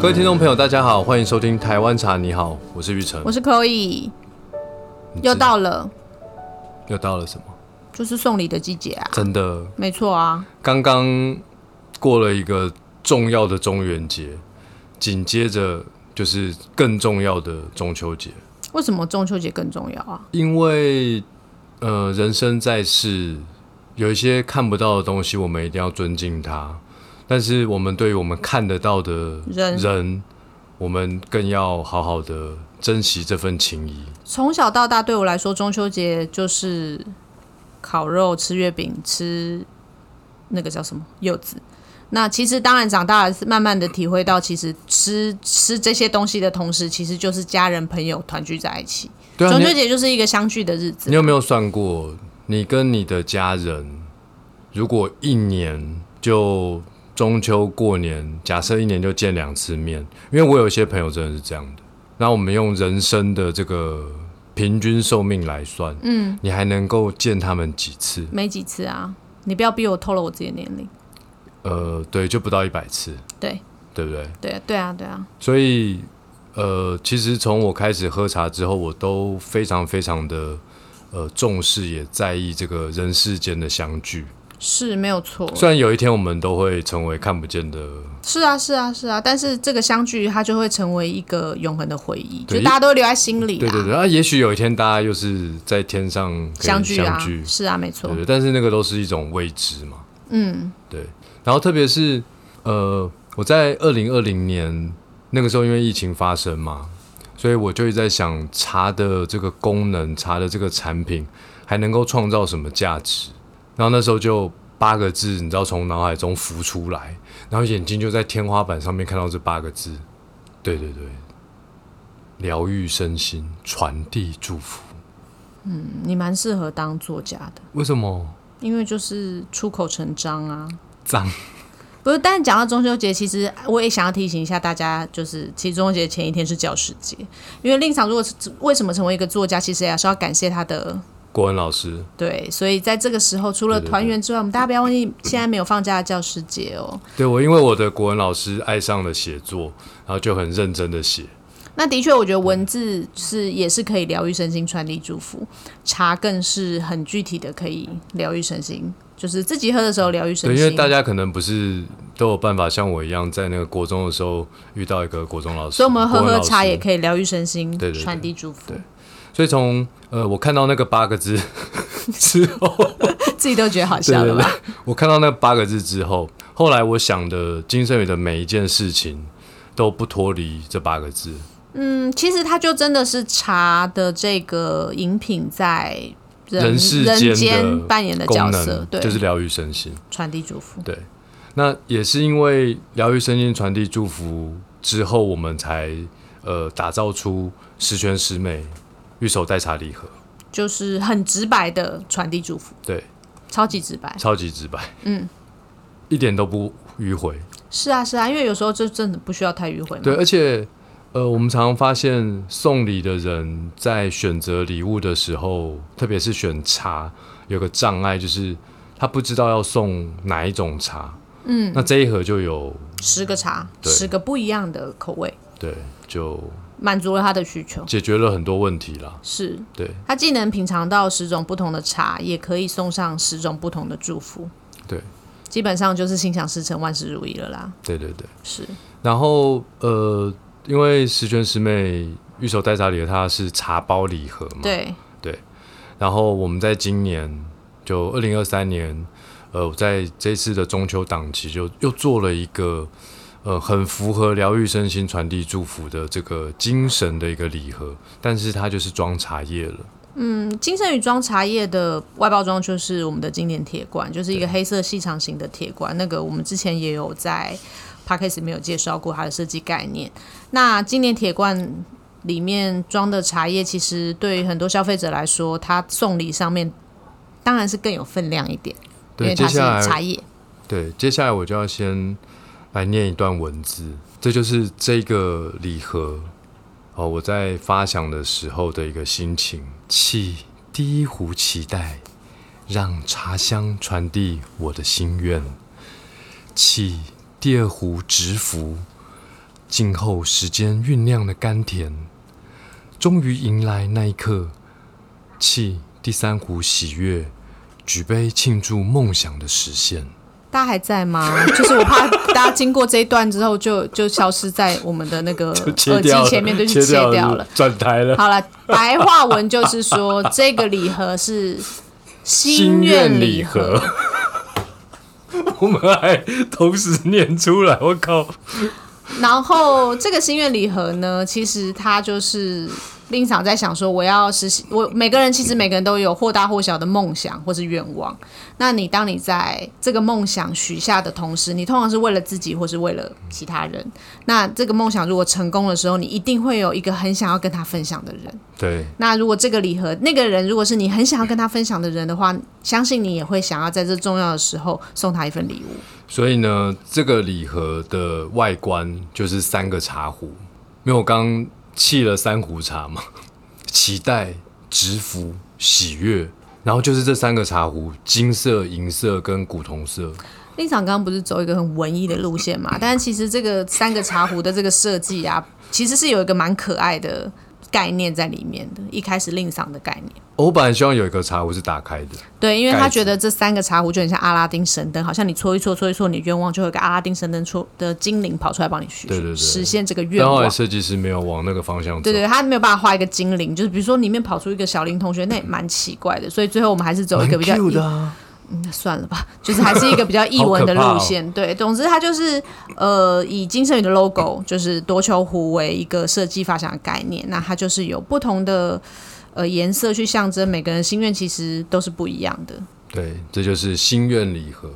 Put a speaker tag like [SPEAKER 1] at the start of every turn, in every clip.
[SPEAKER 1] 各位听众朋友，大家好，欢迎收听《台湾茶》，你好，我是玉成
[SPEAKER 2] 我。是 Chloe，
[SPEAKER 1] 你
[SPEAKER 2] 又
[SPEAKER 1] 知道
[SPEAKER 2] 到了
[SPEAKER 1] 又到了什么？
[SPEAKER 2] 就是送礼的季节啊，
[SPEAKER 1] 真的，
[SPEAKER 2] 没错啊，
[SPEAKER 1] 刚刚过了一个重要的中元节，紧接着就是更重要的中秋节，
[SPEAKER 2] 为什么中秋节更重要啊？
[SPEAKER 1] 因为呃，人生在世，有一些看不到的东西，我们一定要尊敬它。但是我们对于我们看得到的
[SPEAKER 2] 人
[SPEAKER 1] 我们更要好好的珍惜这份情谊。
[SPEAKER 2] 从小到大对我来说，中秋节就是烤肉、吃月饼、吃那个叫什么柚子。那其实当然长大了，是慢慢的体会到，其实吃吃这些东西的同时，其实就是家人朋友团聚在一起。
[SPEAKER 1] 对啊，
[SPEAKER 2] 中
[SPEAKER 1] 你
[SPEAKER 2] 秋节就是一个相聚的日子
[SPEAKER 1] 你。有没有算过，你跟你的家人，如果一年就中秋过年，假设一年就见两次面，因为我有一些朋友真的是这样的。那我们用人生的这个平均寿命来算，嗯，你还能够见他们几次？
[SPEAKER 2] 没几次啊，你不要逼我透露我自己的年龄。
[SPEAKER 1] 呃，对，就不到一百次，
[SPEAKER 2] 对
[SPEAKER 1] 对不对？
[SPEAKER 2] 对啊对啊对啊，
[SPEAKER 1] 所以，呃，其实从我开始喝茶之后，我都非常非常的呃重视，也在意这个人世间的相聚。
[SPEAKER 2] 是没有错。
[SPEAKER 1] 虽然有一天我们都会成为看不见的，
[SPEAKER 2] 是啊，是啊，是啊，但是这个相聚它就会成为一个永恒的回忆，
[SPEAKER 1] 对
[SPEAKER 2] 就大家都会留在心里
[SPEAKER 1] 对
[SPEAKER 2] 啦。
[SPEAKER 1] 对对，啊，也许有一天大家又是在天上可以
[SPEAKER 2] 相聚
[SPEAKER 1] 相
[SPEAKER 2] 啊，
[SPEAKER 1] 聚，
[SPEAKER 2] 是啊，没错
[SPEAKER 1] 对，对，但是那个都是一种未知嘛，嗯，对。然后特别是呃，我在二零二零年那个时候，因为疫情发生嘛，所以我就一直在想茶的这个功能，茶的这个产品还能够创造什么价值。然后那时候就八个字，你知道从脑海中浮出来，然后眼睛就在天花板上面看到这八个字，对对对，疗愈身心，传递祝福。
[SPEAKER 2] 你蛮适合当作家的，
[SPEAKER 1] 为什么
[SPEAKER 2] 因为就是出口成章啊。
[SPEAKER 1] 脏？
[SPEAKER 2] 不是，但是讲到中秋节，其实我也想要提醒一下大家，就是其实中秋节前一天是教师节，因为令赏如果是为什么成为一个作家，其实也是要感谢他的
[SPEAKER 1] 国文老师，
[SPEAKER 2] 对，所以在这个时候，除了
[SPEAKER 1] 对对对
[SPEAKER 2] 团圆之外，我们大家不要忘记，现在没有放假的教师节哦。
[SPEAKER 1] 对我，因为我的国文老师爱上了写作，然后就很认真的写。
[SPEAKER 2] 那的确，我觉得文字是也是可以疗愈身心、传递祝福，茶更是很具体的可以疗愈身心，就是自己喝的时候疗愈身
[SPEAKER 1] 对，
[SPEAKER 2] 心。
[SPEAKER 1] 因为大家可能不是都有办法像我一样，在那个国中的时候遇到一个国中老师，
[SPEAKER 2] 所以我们喝
[SPEAKER 1] 国文
[SPEAKER 2] 喝
[SPEAKER 1] 老师
[SPEAKER 2] 茶也可以疗愈身心，
[SPEAKER 1] 对对对
[SPEAKER 2] 传递祝福，
[SPEAKER 1] 所以从呃，我看到那个八个字之后，
[SPEAKER 2] 自己都觉得好 笑了吧？
[SPEAKER 1] 我看到那八个字之后，后来我想的金圣宇的每一件事情都不脱离这八个字。
[SPEAKER 2] 嗯，其实它就真的是茶的这个饮品在人
[SPEAKER 1] 人世
[SPEAKER 2] 人
[SPEAKER 1] 间的
[SPEAKER 2] 间扮演的角
[SPEAKER 1] 功
[SPEAKER 2] 色
[SPEAKER 1] 能，
[SPEAKER 2] 对，
[SPEAKER 1] 就是疗愈身心。
[SPEAKER 2] 传递祝福。
[SPEAKER 1] 对，那也是因为疗愈身心、传递祝福之后，我们才呃打造出十全十美玉手代茶礼盒，
[SPEAKER 2] 就是很直白的传递祝福，
[SPEAKER 1] 对，
[SPEAKER 2] 超级直白。
[SPEAKER 1] 超级直白，嗯，一点都不迂回。
[SPEAKER 2] 是啊，是啊，因为有时候就真的不需要太迂回嘛。
[SPEAKER 1] 对，而且呃，我们常常发现送礼的人在选择礼物的时候，特别是选茶，有个障碍就是他不知道要送哪一种茶。嗯，那这一盒就有
[SPEAKER 2] 十个茶，
[SPEAKER 1] 对
[SPEAKER 2] 十个不一样的口味，
[SPEAKER 1] 对，就
[SPEAKER 2] 满足了他的需求。
[SPEAKER 1] 解决了很多问题啦。
[SPEAKER 2] 是
[SPEAKER 1] 对，
[SPEAKER 2] 他既能品尝到十种不同的茶，也可以送上十种不同的祝福。
[SPEAKER 1] 对，
[SPEAKER 2] 基本上就是心想事成、万事如意了啦。
[SPEAKER 1] 对对对，
[SPEAKER 2] 是
[SPEAKER 1] 然后呃，因为十全十美玉手代茶礼盒它是茶包礼盒嘛，
[SPEAKER 2] 对，
[SPEAKER 1] 然后我们在今年就二零二三年，呃，我在这次的中秋档期就又做了一个呃很符合疗愈身心、传递祝福的这个精神的一个礼盒，但是它就是装茶叶了，
[SPEAKER 2] 嗯，金圣宇装茶叶的外包装就是我们的经典铁罐，就是一个黑色细长型的铁罐。那个我们之前也有在 p a c k a g e 没有介绍过它的设计概念。那经典铁罐里面装的茶叶，其实对于很多消费者来说，它送礼上面当然是更有分量一点，因
[SPEAKER 1] 对，
[SPEAKER 2] 为
[SPEAKER 1] 接
[SPEAKER 2] 它是
[SPEAKER 1] 下来
[SPEAKER 2] 茶叶。
[SPEAKER 1] 对，接下来我就要先来念一段文字，这就是这个礼盒哦，我在发想的时候的一个心情。沏第一壶期待，让茶香传递我的心愿；沏第二壶直服，静候时间酝酿的甘甜，终于迎来那一刻。气第三壶喜悦，举杯庆祝梦想的实现。
[SPEAKER 2] 大家还在吗？就是我怕大家经过这一段之后就，就消失在我们的那 个耳机前面，就去切掉了。，
[SPEAKER 1] 转台了。
[SPEAKER 2] 好了，白话文就是说，这个礼盒是心
[SPEAKER 1] 愿
[SPEAKER 2] 礼
[SPEAKER 1] 盒。 我们还同时念出来，我靠！
[SPEAKER 2] 然后这个心愿礼盒呢，其实它就是令嫂在想说，我要实现我每个人其实每个人都有或大或小的梦想或是愿望。那你当你在这个梦想许下的同时，你通常是为了自己或是为了其他人。那这个梦想如果成功的时候，你一定会有一个很想要跟他分享的人。
[SPEAKER 1] 对，
[SPEAKER 2] 那如果这个礼盒那个人如果是你很想要跟他分享的人的话，相信你也会想要在这重要的时候送他一份礼物。
[SPEAKER 1] 所以呢，这个礼盒的外观就是三个茶壶，因为我刚沏了三壶茶嘛， 期待、直服、喜悦，然后就是这三个茶壶，金色、银色跟古铜色。
[SPEAKER 2] 令场刚刚不是走一个很文艺的路线嘛？但是其实这个三个茶壶的这个设计啊，其实是有一个蛮可爱的概念在里面的。一开始令赏的概念，
[SPEAKER 1] 我本来希望有一个茶壶是打开的，
[SPEAKER 2] 对，因为
[SPEAKER 1] 盖
[SPEAKER 2] 他
[SPEAKER 1] 子
[SPEAKER 2] 觉得这三个茶壶就很像阿拉丁神灯，好像你搓一搓搓一搓，你愿望就会有个阿拉丁神灯出的精灵跑出来帮你许
[SPEAKER 1] 对对对
[SPEAKER 2] 实现这个愿
[SPEAKER 1] 但后来
[SPEAKER 2] 望。
[SPEAKER 1] 设计师没有往那个方向走。
[SPEAKER 2] 对对，他没有办法画一个精灵，就是比如说里面跑出一个小林同学，那也蛮奇怪的。所以最后我们还是走一
[SPEAKER 1] 蛮
[SPEAKER 2] 个比较
[SPEAKER 1] Q 的啊，
[SPEAKER 2] 那 算了吧，就是还是一个比较译文的
[SPEAKER 1] 好可怕
[SPEAKER 2] 路
[SPEAKER 1] 哦
[SPEAKER 2] 线。对，总之它就是呃，以金圣宇的 logo 就是多球壶为一个设计发想的概念，那它就是有不同的呃颜色去象征每个人心愿，其实都是不一样的。
[SPEAKER 1] 对，这就是心愿礼盒。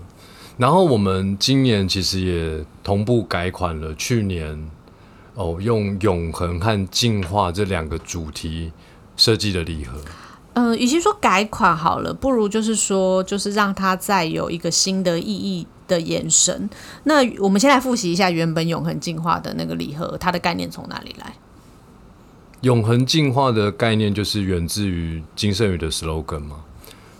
[SPEAKER 1] 然后我们今年其实也同步改款了，去年哦用永恒和进化这两个主题设计的礼盒。
[SPEAKER 2] 嗯，与其说改款好了，不如就是说，就是让它再有一个新的意义的延伸。那我们先来复习一下原本永恒进化的那个礼盒，它的概念从哪里来？
[SPEAKER 1] 永恒进化的概念就是源自于金圣宇的 slogan 嘛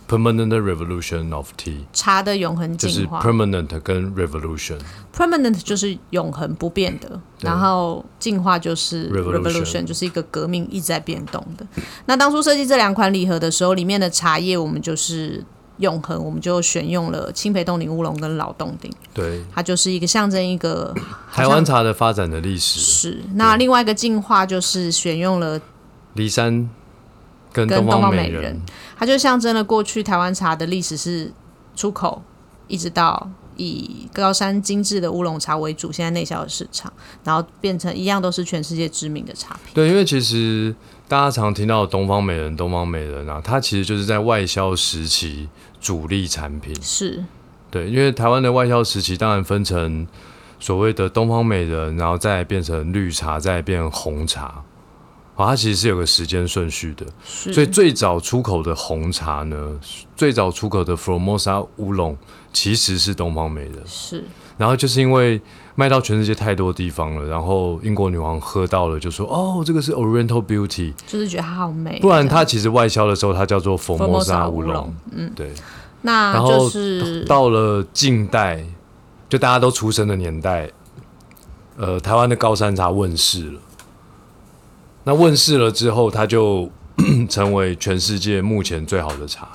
[SPEAKER 1] ，Permanent Revolution of Tea，
[SPEAKER 2] 茶的永恒
[SPEAKER 1] 就
[SPEAKER 2] 进
[SPEAKER 1] 是
[SPEAKER 2] 化
[SPEAKER 1] permanent 跟 revolution。
[SPEAKER 2] permanent 就是永恒不变的，
[SPEAKER 1] 对
[SPEAKER 2] 然后进化就是
[SPEAKER 1] Revolution
[SPEAKER 2] revolution，就是一个革命一直在变动的。那当初设计这两款礼盒的时候，里面的茶叶我们就是永恒，我们就选用了青培冻顶乌龙跟老冻顶，
[SPEAKER 1] 对，
[SPEAKER 2] 它就是一个象征一个
[SPEAKER 1] 台湾茶的发展的历史，
[SPEAKER 2] 是。那另外一个进化就是选用了
[SPEAKER 1] 骊山跟
[SPEAKER 2] 跟
[SPEAKER 1] 东
[SPEAKER 2] 东
[SPEAKER 1] 方
[SPEAKER 2] 方美
[SPEAKER 1] 美
[SPEAKER 2] 人
[SPEAKER 1] 人。
[SPEAKER 2] 它就象征了过去台湾茶的历史是出口，一直到以高山精致的乌龙茶为主，现在内销的市场，然后变成一样都是全世界知名的茶品。
[SPEAKER 1] 对，因为其实大家常听到的东方美人、东方美人啊，它其实就是在外销时期主力产品。
[SPEAKER 2] 是，
[SPEAKER 1] 对，因为台湾的外销时期当然分成所谓的东方美人，然后再变成绿茶，再变红茶。好，它其实是有个时间顺序的。
[SPEAKER 2] 是
[SPEAKER 1] 所以最早出口的红茶呢，最早出口的 Formosa 乌龙其实是东方美人。
[SPEAKER 2] 是
[SPEAKER 1] 然后就是因为卖到全世界太多地方了，然后英国女王喝到了就说：“哦，这个是 Oriental Beauty。
[SPEAKER 2] 就是觉得它好美。”
[SPEAKER 1] 不然它其实外销的时候它叫做 Formosa
[SPEAKER 2] Formosa
[SPEAKER 1] 乌
[SPEAKER 2] 乌
[SPEAKER 1] 龙
[SPEAKER 2] 龙。
[SPEAKER 1] 嗯，对。
[SPEAKER 2] 那
[SPEAKER 1] 然
[SPEAKER 2] 就
[SPEAKER 1] 后
[SPEAKER 2] 是
[SPEAKER 1] 到了近代，就大家都出生的年代，呃，台湾的高山茶问世了。那问世了之后，它就 成为全世界目前最好的茶。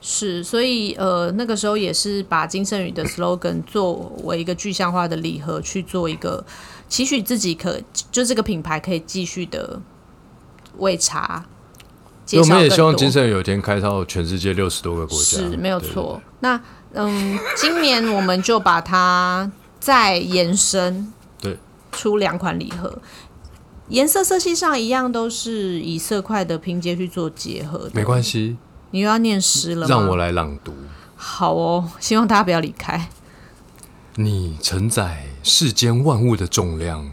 [SPEAKER 2] 是，所以呃，那个时候也是把金圣宇的 slogan 作为一个具象化的礼盒去做一个期许自己可就这个品牌可以继续的为茶
[SPEAKER 1] 所
[SPEAKER 2] 介
[SPEAKER 1] 以
[SPEAKER 2] 绍
[SPEAKER 1] 我们也
[SPEAKER 2] 更
[SPEAKER 1] 希望
[SPEAKER 2] 多
[SPEAKER 1] 金盛有一天开到全世界六十多个国家。
[SPEAKER 2] 是没有
[SPEAKER 1] 对
[SPEAKER 2] 错。那嗯，今年我们就把它再延伸，
[SPEAKER 1] 对，
[SPEAKER 2] 出两款礼盒。颜色色系上一样都是以色块的拼接去做结合的，
[SPEAKER 1] 没关系，
[SPEAKER 2] 你又要念诗了吗？
[SPEAKER 1] 让我来朗读。
[SPEAKER 2] 好哦，希望大家不要离开。
[SPEAKER 1] 你承载世间万物的重量，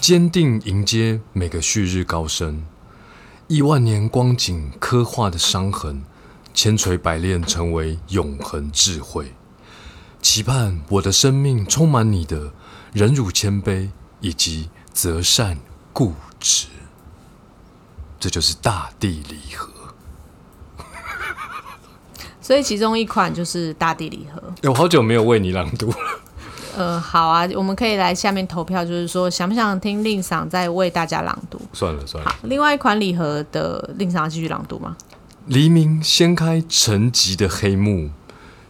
[SPEAKER 1] 坚定迎接每个旭日高升。亿万年光景刻画的伤痕，千锤百炼成为永恒智慧。期盼我的生命充满你的忍辱谦卑以及择善固执。这就是大地礼盒。
[SPEAKER 2] 所以其中一款就是大地礼盒，
[SPEAKER 1] 哎、我好久没有为你朗读了，
[SPEAKER 2] 呃，好啊，我们可以来下面投票，就是说想不想听令赏再为大家朗读？
[SPEAKER 1] 算了算
[SPEAKER 2] 好
[SPEAKER 1] 了，，
[SPEAKER 2] 另外一款礼盒的令赏要继续朗读吗？
[SPEAKER 1] 黎明掀开沉寂的黑幕，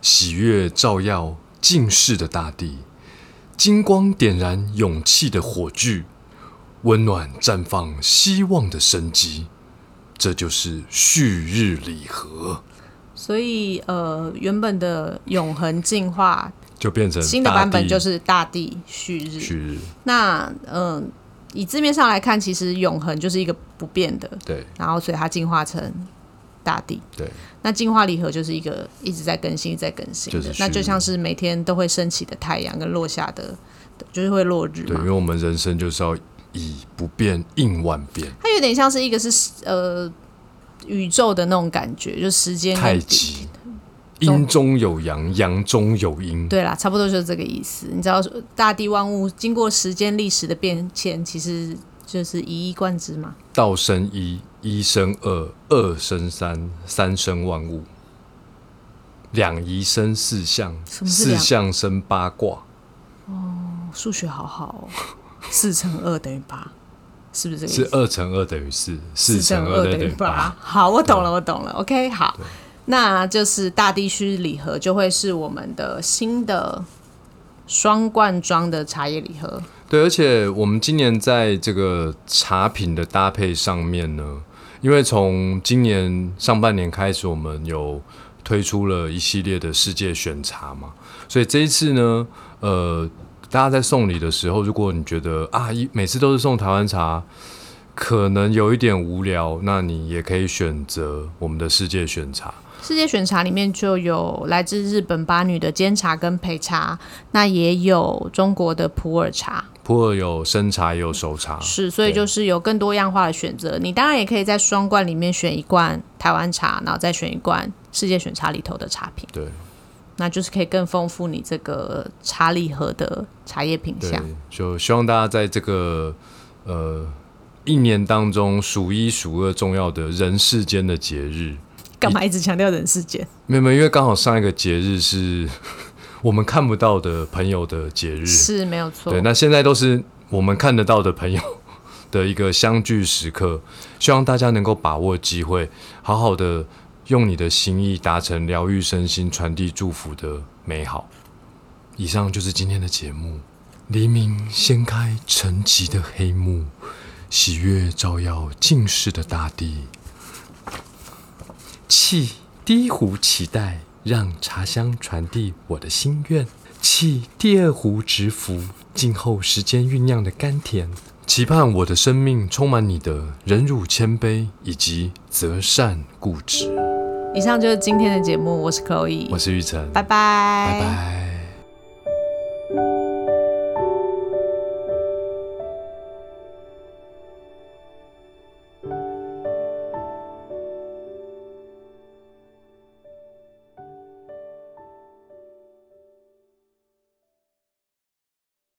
[SPEAKER 1] 喜悦照耀近视的大地，金光点燃勇气的火炬，温暖绽放希望的生机。这就是旭日礼盒，
[SPEAKER 2] 所以呃，原本的永恒进化
[SPEAKER 1] 就变成
[SPEAKER 2] 新的版
[SPEAKER 1] 大
[SPEAKER 2] 本
[SPEAKER 1] 地
[SPEAKER 2] 就是大地旭日。
[SPEAKER 1] 旭日，
[SPEAKER 2] 那嗯、呃以字面上来看，其实永恒就是一个不变的，
[SPEAKER 1] 对
[SPEAKER 2] 然后所以它进化成大地。
[SPEAKER 1] 对，
[SPEAKER 2] 那进化礼盒就是一个一直在更新、一直在更新的，
[SPEAKER 1] 就是旭日
[SPEAKER 2] 那就像是每天都会升起的太阳跟落下的，就是会落日
[SPEAKER 1] 对，
[SPEAKER 2] 嘛
[SPEAKER 1] 因。为我们人生就是要以不变应万变，
[SPEAKER 2] 它有点像是一个是呃宇宙的那种感觉，就时间跟
[SPEAKER 1] 太
[SPEAKER 2] 地
[SPEAKER 1] 极，阴中有阳，阳中有阴，
[SPEAKER 2] 对啦，差不多就是这个意思。你知道，大地万物经过时间历史的变迁，其实就是一以贯之嘛。
[SPEAKER 1] 道生一，一生二，二生三，三生万物。两仪生四象，
[SPEAKER 2] 什么是
[SPEAKER 1] 四
[SPEAKER 2] 两
[SPEAKER 1] 象生八卦，
[SPEAKER 2] 哦数学好好哦， 四乘二等于八，是不是这个意思
[SPEAKER 1] 是？二乘二等于四，四乘二等于八。。
[SPEAKER 2] 好，我懂了，我懂了。OK，好，那就是大地区礼盒就会是我们的新的双罐装的茶叶礼盒。
[SPEAKER 1] 对，而且我们今年在这个茶品的搭配上面呢，因为从今年上半年开始，我们有推出了一系列的世界选茶嘛，所以这一次呢，呃，大家在送礼的时候，如果你觉得啊，一每次都是送台湾茶，可能有一点无聊，那你也可以选择我们的世界选茶。
[SPEAKER 2] 世界选茶里面就有来自日本巴女的煎茶跟焙茶，那也有中国的普洱茶，
[SPEAKER 1] 普洱有生茶也有熟茶，
[SPEAKER 2] 是，所以
[SPEAKER 1] 对
[SPEAKER 2] 就是有更多样化的选择。你当然也可以在双罐里面选一罐台湾茶，然后再选一罐世界选茶里头的茶品，
[SPEAKER 1] 对
[SPEAKER 2] 那就是可以更丰富你这个茶礼盒的茶叶品
[SPEAKER 1] 对
[SPEAKER 2] 相。，
[SPEAKER 1] 就希望大家在这个呃一年当中数一数二重要的人世间的节日，
[SPEAKER 2] 干嘛一直强调人世间？
[SPEAKER 1] 没有没有，因为刚好上一个节日是 我们看不到的朋友的节日，
[SPEAKER 2] 是没有错
[SPEAKER 1] 对，。那现在都是我们看得到的朋友 的一个相聚时刻，希望大家能够把握机会，好好的用你的心意达成疗愈身心、传递祝福的美好。以上就是今天的节目。黎明掀开沉寂的黑幕，喜悦照耀近视的大地。气第一壶期待，让茶香传递我的心愿；气第二壶直服，静候时间酝酿的甘甜。期盼我的生命充满你的忍辱谦卑以及择善固执。
[SPEAKER 2] 以上就是今天的节目，我是 Chloe，
[SPEAKER 1] 我是玉成，
[SPEAKER 2] 拜拜，
[SPEAKER 1] 拜
[SPEAKER 2] 拜
[SPEAKER 1] 拜